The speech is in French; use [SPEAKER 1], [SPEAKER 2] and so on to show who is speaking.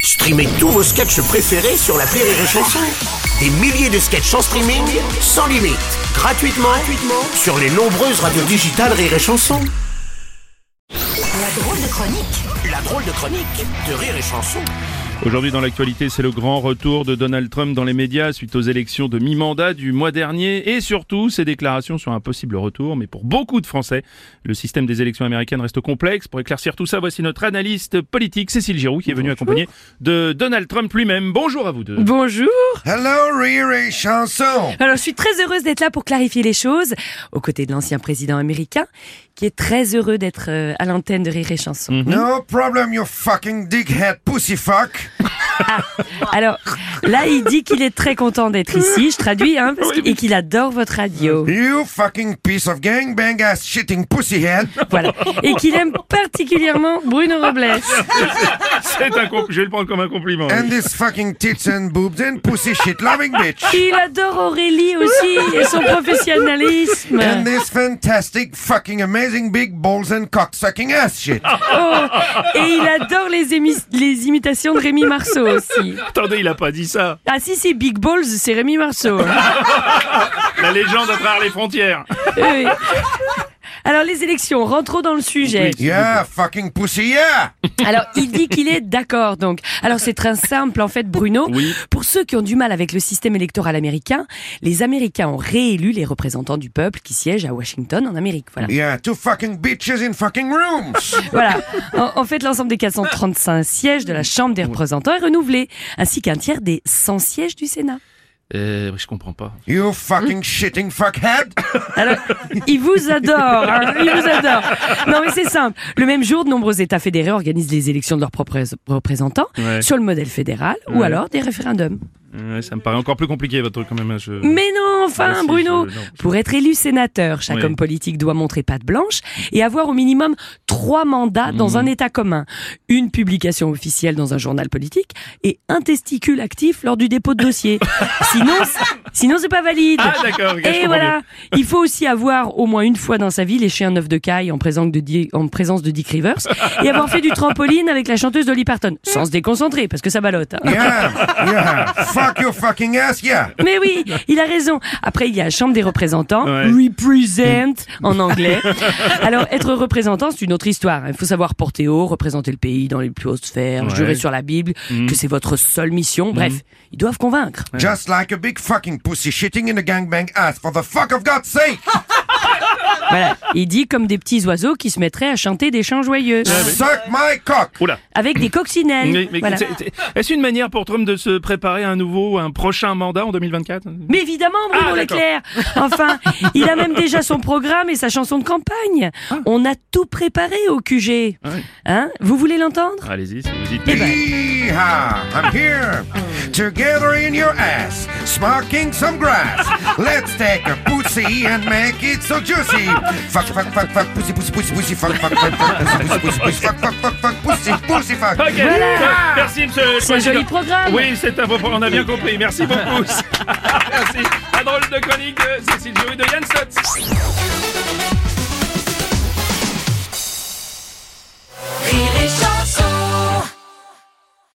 [SPEAKER 1] Streamez tous vos sketchs préférés sur la Rire et Chanson. Des milliers de sketchs en streaming, sans limite, gratuitement, gratuitement sur les nombreuses radios digitales Rire et Chanson.
[SPEAKER 2] La drôle de chronique.
[SPEAKER 1] La drôle de chronique de Rire et Chanson.
[SPEAKER 3] Aujourd'hui dans l'actualité, c'est le grand retour de Donald Trump dans les médias suite aux élections de mi-mandat du mois dernier et surtout ses déclarations sur un possible retour. Mais pour beaucoup de Français, le système des élections américaines reste complexe. Pour éclaircir tout ça, voici notre analyste politique Cécile Giroux qui est venue accompagnée de Donald Trump lui-même. Bonjour à vous deux.
[SPEAKER 4] Bonjour.
[SPEAKER 5] Hello, Rire et Chanson.
[SPEAKER 4] Alors, je suis très heureuse d'être là pour clarifier les choses, aux côtés de l'ancien président américain, qui est très heureux d'être euh, à l'antenne de Rire et Chanson.
[SPEAKER 5] No problem, you fucking dickhead pussy fuck.
[SPEAKER 4] Alors, là, il dit qu'il est très content d'être ici, je traduis, hein, parce que- et qu'il adore votre radio.
[SPEAKER 5] You fucking piece of gangbang ass shitting pussyhead.
[SPEAKER 4] Voilà. Et qu'il aime particulièrement Bruno Robles.
[SPEAKER 3] C'est un compl- je vais le prendre comme un compliment.
[SPEAKER 5] And this fucking tits and boobs and pussy shit loving bitch.
[SPEAKER 4] Il adore Aurélie aussi et son professionnalisme.
[SPEAKER 5] And this fantastic fucking amazing big balls and cock sucking ass shit.
[SPEAKER 4] Oh, et il adore les, émis- les imitations de Rémi Marceau aussi.
[SPEAKER 3] Attendez, il a pas dit ça.
[SPEAKER 4] Ah si, c'est Big Balls, c'est Rémi Marceau. hein.
[SPEAKER 3] La légende à travers les frontières.
[SPEAKER 4] Oui, oui. Alors les élections, rentrons dans le sujet.
[SPEAKER 5] Yeah, fucking pussy, yeah.
[SPEAKER 4] Alors il dit qu'il est d'accord donc. Alors c'est très simple en fait Bruno.
[SPEAKER 3] Oui.
[SPEAKER 4] Pour ceux qui ont du mal avec le système électoral américain, les Américains ont réélu les représentants du peuple qui siègent à Washington en Amérique. Voilà.
[SPEAKER 5] Yeah, two fucking bitches in fucking rooms.
[SPEAKER 4] Voilà. En, en fait, l'ensemble des 435 sièges de la Chambre des représentants est renouvelé, ainsi qu'un tiers des 100 sièges du Sénat.
[SPEAKER 3] Euh, je comprends pas.
[SPEAKER 5] You fucking shitting fuckhead.
[SPEAKER 4] Alors, il vous adore, hein, il vous adore. Non mais c'est simple. Le même jour, de nombreux États fédérés organisent les élections de leurs propres représentants
[SPEAKER 3] Ouais.
[SPEAKER 4] sur le modèle fédéral ou
[SPEAKER 3] Ouais.
[SPEAKER 4] alors des référendums.
[SPEAKER 3] Ouais, ça me paraît encore plus compliqué votre truc quand même. hein, Je...
[SPEAKER 4] Mais non, enfin,
[SPEAKER 3] Ouais, Ah, si,
[SPEAKER 4] Bruno,
[SPEAKER 3] je- non.
[SPEAKER 4] pour être élu sénateur, chaque
[SPEAKER 3] Oui.
[SPEAKER 4] homme politique doit montrer patte blanche et avoir au minimum trois mandats
[SPEAKER 3] Mhm.
[SPEAKER 4] dans un État commun, une publication officielle dans un journal politique et un testicule actif lors du dépôt de dossier. sinon, c'est- sinon c'est pas valide.
[SPEAKER 3] Ah d'accord. ok, je
[SPEAKER 4] Et
[SPEAKER 3] comprends mieux.
[SPEAKER 4] voilà, il faut aussi avoir au moins une fois dans sa vie léché un œuf de caille en présence de, Di- en présence de Dick Rivers et avoir fait du trampoline avec la chanteuse Dolly Parton, sans se déconcentrer parce que ça ballotte. hein.
[SPEAKER 5] Yeah, yeah. Fuck your fucking ass, yeah.
[SPEAKER 4] Mais oui, il a raison. Après, il y a la Chambre des représentants,
[SPEAKER 3] Ouais.
[SPEAKER 4] represent en anglais. Alors, être représentant, c'est une autre histoire. hein. Il faut savoir porter haut, représenter le pays dans les plus hautes sphères,
[SPEAKER 3] Ouais. Mm.
[SPEAKER 4] jurer sur la Bible, que c'est votre seule mission. Bref, ils doivent convaincre.
[SPEAKER 5] Just like a big fucking pussy shitting in a gangbang ass for the fuck of God's sake.
[SPEAKER 4] Voilà. Il dit comme des petits oiseaux qui se mettraient à chanter des chants joyeux,
[SPEAKER 5] Suck my cock.
[SPEAKER 3] Oula.
[SPEAKER 4] avec des coccinelles.
[SPEAKER 3] Mais- mais
[SPEAKER 4] Voilà.
[SPEAKER 3] c'est- c'est- Est-ce une manière pour Trump de se préparer à un nouveau, un prochain mandat en 2024
[SPEAKER 4] Mais évidemment, Bruno
[SPEAKER 3] Ah, d'accord.
[SPEAKER 4] Leclerc. Enfin, il a même déjà son programme et sa chanson de campagne.
[SPEAKER 3] Ah.
[SPEAKER 4] On a tout préparé au QG.
[SPEAKER 3] ouais.
[SPEAKER 4] Hein Vous voulez l'entendre
[SPEAKER 3] Allez-y, si vous dites.
[SPEAKER 4] Eh ben.
[SPEAKER 5] Yeehaw! I'm here. Together in your ass, smoking some grass. Let's take a pussy and make it so juicy. Fuck, fuck, fuck, fuck, pussy, pussy, pussy, pussy, fuck, fuck, fuck, fuck, pussy, pussy, pussy, pussy, fuck, fuck, fuck, fuck, pussy, pussy, fuck.
[SPEAKER 3] ben, Ok, merci monsieur le
[SPEAKER 4] C'est un
[SPEAKER 3] président.
[SPEAKER 4] joli programme.
[SPEAKER 3] Oui, c'est un beau programme, on a bien compris. Merci beaucoup. merci. La drôle de chronique de Cécile Giroux et de Yann Sotz.
[SPEAKER 2] Rire et Chanson.